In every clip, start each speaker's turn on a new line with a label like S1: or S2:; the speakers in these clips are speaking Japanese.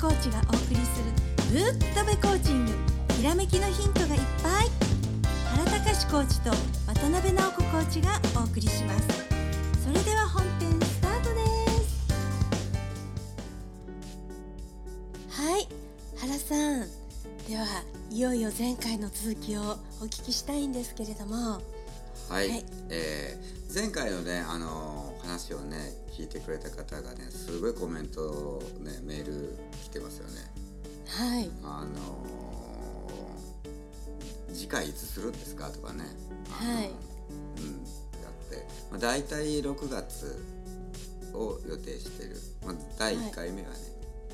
S1: コーチがお送りする「ぶっとべコーチング」ひらめきのヒントがいっぱい原敬コーチと渡辺直子コーチがお送りしますそれでは本編スタートですはい原さんではいよいよ前回の続きをお聞きしたいんですけれども
S2: はい、
S1: はい
S2: えー前回のね、あのー話をね聞いてくれた方がねすごいコメントをねメール来てますよね
S1: はい
S2: あのー次回いつするんですかとかねあのー
S1: はい
S2: うんやって、まあ、大体6月を予定してる、まあ、第1回目はね、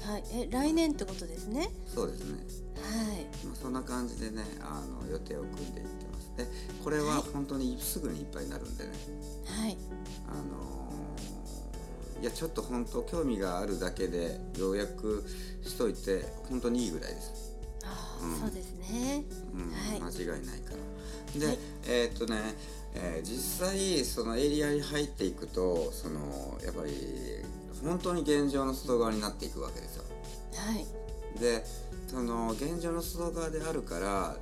S1: はいえ来年ってことですね
S2: そうですね
S1: はい
S2: まあ、そんな感じでねあの予定を組んでいってますでこれは本当にすぐにいっぱいになるんでね、
S1: はい
S2: あのーいやちょっと本当興味があるだけでようやくしといて本当にいいぐらいです、
S1: ああ、
S2: うん
S1: そうですね
S2: うん
S1: はい
S2: 間違いないからで、
S1: はい
S2: えーっとね、えー実際そのエリアに入っていくとそのやっぱり本当に現状の外側になっていくわけですよ
S1: はい
S2: でその現状の外側であるから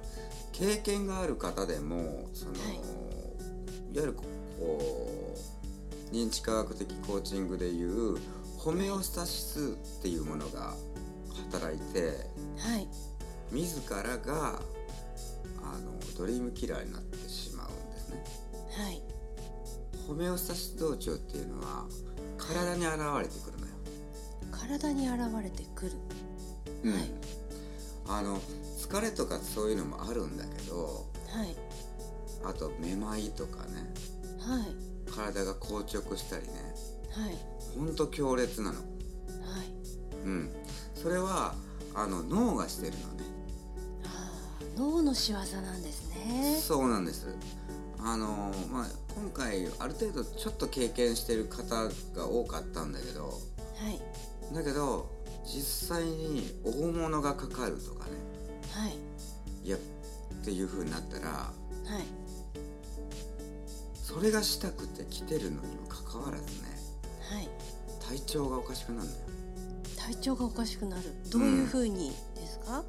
S2: 経験がある方でもその、
S1: はい
S2: い、わゆるこう認知科学的コーチングでいうホメオスタシスっていうものが働いて
S1: はい
S2: 自らがあのドリームキラーになってしまうんですね。
S1: はい
S2: ホメオスタシス同調っていうのは体に現れてくるのよ。
S1: 体に現れてくる
S2: うん
S1: はい
S2: あの疲れとかそういうのもあるんだけど
S1: はい
S2: あとめまいとかね
S1: はい
S2: 体が硬直したりね
S1: はい
S2: ほんと強烈なの
S1: はい
S2: うんそれはあの脳がしてるのね
S1: ああ脳の仕業なんですね
S2: そうなんですあのまあ今回ある程度ちょっと経験してる方が多かったんだけど
S1: はい
S2: だけど実際に大物がかかるとかね
S1: はい
S2: いやっていう風になったら
S1: はい
S2: それがしたくて来てるのにもかかわらずね
S1: はい
S2: 体調がおかしくなるんだよ
S1: 体調がおかしくなるどういう風にですか、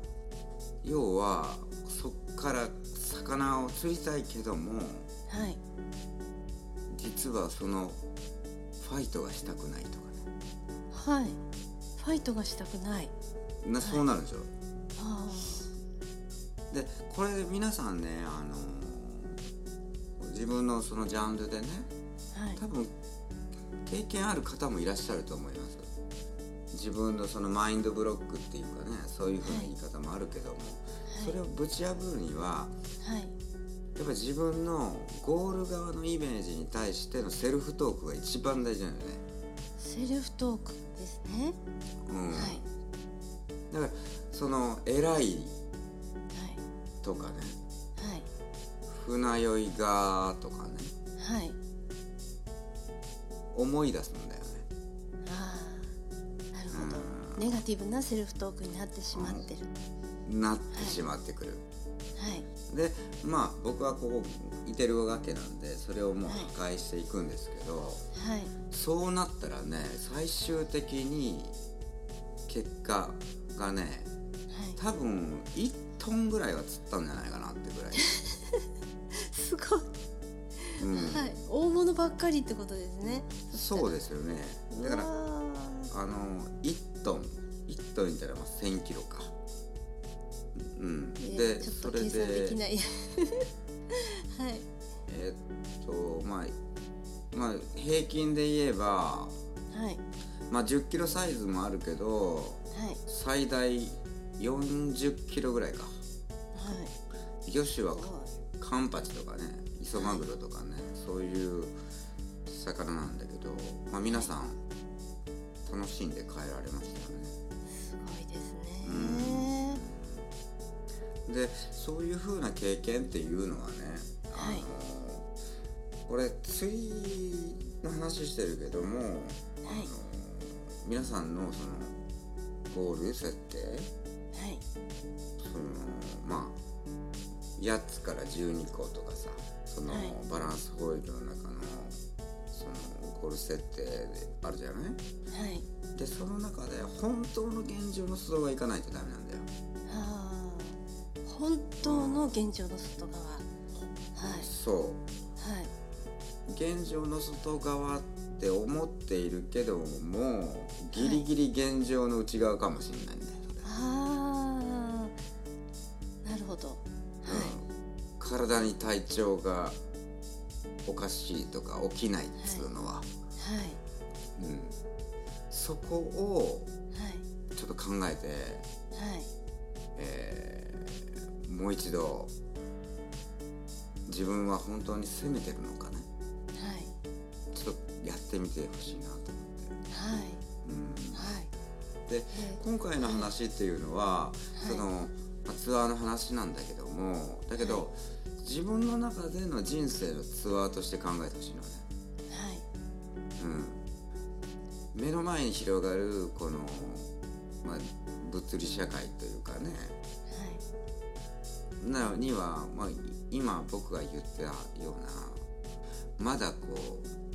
S2: 要はそっから魚を釣りたいけども
S1: はい
S2: 実はそのファイトがしたくないとかね
S1: はいファイトがしたくない
S2: なそうなるでしょ、
S1: あ
S2: でこれ皆さんねあのー自分のそのジャンルでね
S1: あはい
S2: 多分経験ある方もいらっしゃると思います自分のそのマインドブロックっていうかねそういうふうな言い方もあるけども、それをぶち破るには
S1: はいはい
S2: やっぱ自分のゴール側のイメージに対してのセルフトークが一番大事なのよね、
S1: セルフトークですね、
S2: うん
S1: はい
S2: だからその偉い
S1: は
S2: とかね
S1: い
S2: 船酔いがとかね
S1: はいはい
S2: 思い出すんだよね
S1: ああなるほど、
S2: うん
S1: ネガティブなセルフトークになってしまってる、
S2: なってしまってくる、
S1: はい
S2: でまあ僕はここいてるわけなんでそれをもう破壊していくんですけど、
S1: はい
S2: そうなったらね最終的に結果がね
S1: は
S2: 多分1トンぐらいは釣ったんじゃないかなってぐらい、
S1: いすごい、
S2: うん
S1: はい大物ばっかりってことですね
S2: そうですよねだから
S1: うわ
S2: あの1トン1トンいったらまあ1,000キロか。うん、
S1: ーえ
S2: で
S1: ちょ
S2: そ
S1: っと
S2: れ
S1: 計算できな
S2: で
S1: い はい
S2: えーっとまあまあ平均で言えば、
S1: はい
S2: まあ、1 0キロサイズもあるけど
S1: はい
S2: 最大4 0キロぐらいか
S1: はい
S2: 魚種は
S1: すごい
S2: カンパチとかねイソマグロとかね、そういう魚なんだけど、まあ、皆さん楽しんで帰られましたよね。
S1: すごいです
S2: う
S1: ね。
S2: でそういう風な経験っていうのはね、あの
S1: はい
S2: 俺釣りの話してるけども、
S1: はい
S2: あの皆さんのそのゴール設定
S1: はい
S2: そのまあ8つから12個とかさその、
S1: はい
S2: バランスホイールの中のそのコール設定であるじゃない
S1: はい
S2: でその中で本当の現状の外側行かないとダメなんだよ
S1: あー本当の現状の外側はい
S2: そ
S1: はい、
S2: う現状の外側って思っているけどもギリギリ現状の内側かもしれないんだよ、
S1: あーなるほどは
S2: うん、体に体調がおかしいとか起きないっつうの
S1: い
S2: は、
S1: はい
S2: うん、そこを
S1: はい
S2: ちょっと考えて
S1: はい
S2: えーもう一度自分は本当に責めてるのかね
S1: はい
S2: ちょっとやってみてほしいなと思って、
S1: はい
S2: うん、
S1: はい
S2: で
S1: え
S2: 今回の話っていうのは、そのまあツアーの話なんだけどもだけど、
S1: はい
S2: 自分の中での人生のツアーとして考えてほしいのね、
S1: はい
S2: うん、目の前に広がるこの、まあ、物理社会というかね、
S1: はい
S2: なには、まあ、今僕が言ったようなまだこう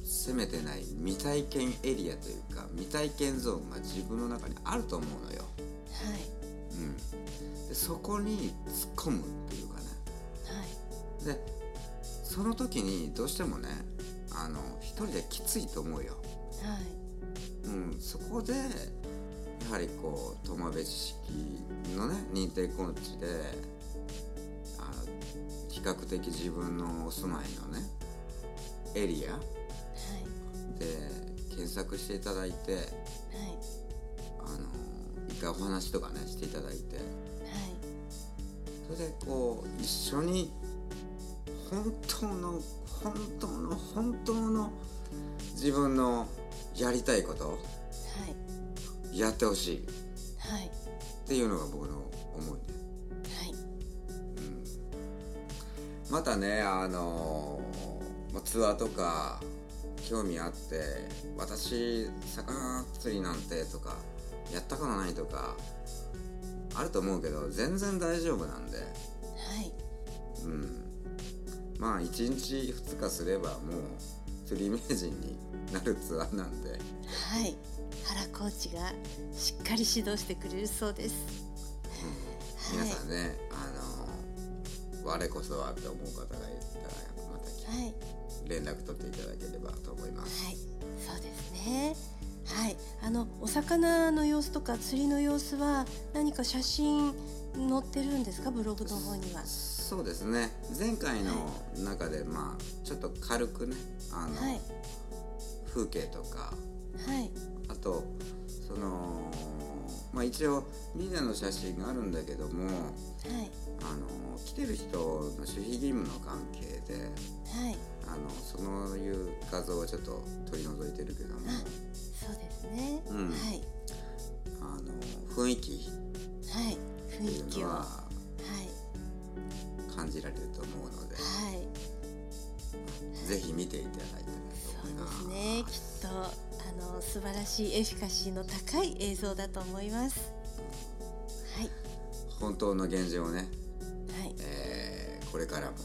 S2: 攻めてない未体験エリアというか未体験ゾーンが自分の中にあると思うのよ、
S1: はい
S2: うん、でそこに突っ込むっていうか
S1: はい
S2: ねでその時にどうしてもねあの一人できついと思うよ、
S1: はい
S2: うん、そこでやはりこう友部知識のね認定コーチであの比較的自分のお住まいのねエリア
S1: はい
S2: で検索していただいて
S1: はい
S2: あの一回お話とかねしていただ
S1: は
S2: いて
S1: い
S2: それでこう一緒に本当の本当の本当の自分のやりたいことを
S1: はい
S2: やってほしい。
S1: はい
S2: っていうのが僕の思いで、
S1: はい
S2: うん、またねあのーまあツアーとか興味あって「私魚釣りなんて」とか「やったことない」とかあると思うけど全然大丈夫なんで、
S1: はい
S2: うん、まあ1日2日すればもう釣り名人になるツアーなんで。
S1: はい原コーチがしっかり指導してくれるそうです
S2: うん皆さんね、あの我こそはって思う方がいたらまた
S1: はい
S2: 連絡取っていただければと思います。
S1: はい、そうですね。はい、あのお魚の様子とか釣りの様子は何か写真載ってるんですかブログの方には。
S2: そうですね前回の中で、まあちょっと軽くねあの、
S1: はい
S2: 風景とか
S1: はい
S2: あとそのまあ一応みんなの写真があるんだけども
S1: はい
S2: あの来てる人の守秘義務の関係で
S1: はい、
S2: あのそういう画像はちょっと取り除いてるけども
S1: あそうですね。
S2: うん
S1: はい
S2: あの雰囲気
S1: はい
S2: って
S1: 雰
S2: い
S1: 囲
S2: う
S1: 気を
S2: の
S1: は
S2: は感じられると思うので
S1: い。はい
S2: ぜひ見ていただいたら
S1: そ
S2: と思いう
S1: で
S2: ます
S1: す。ねきっとあの素晴らしいエフィカシーの高い映像だと思います。はい
S2: 本当の現状をね、
S1: はい
S2: えーこれからも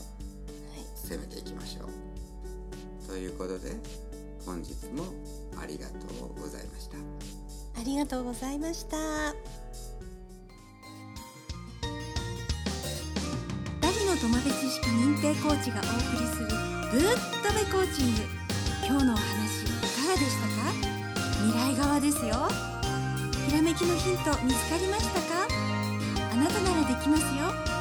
S2: 攻めていきましょう。ということで本日もありがとうございました。
S1: はいありがとうございました。
S3: ダビの友部知識認定コーチがお送りするぶっとべコーチング今日のお話いかがでしたか未来側ですよひらめきのヒント見つかりましたかあなたならできますよ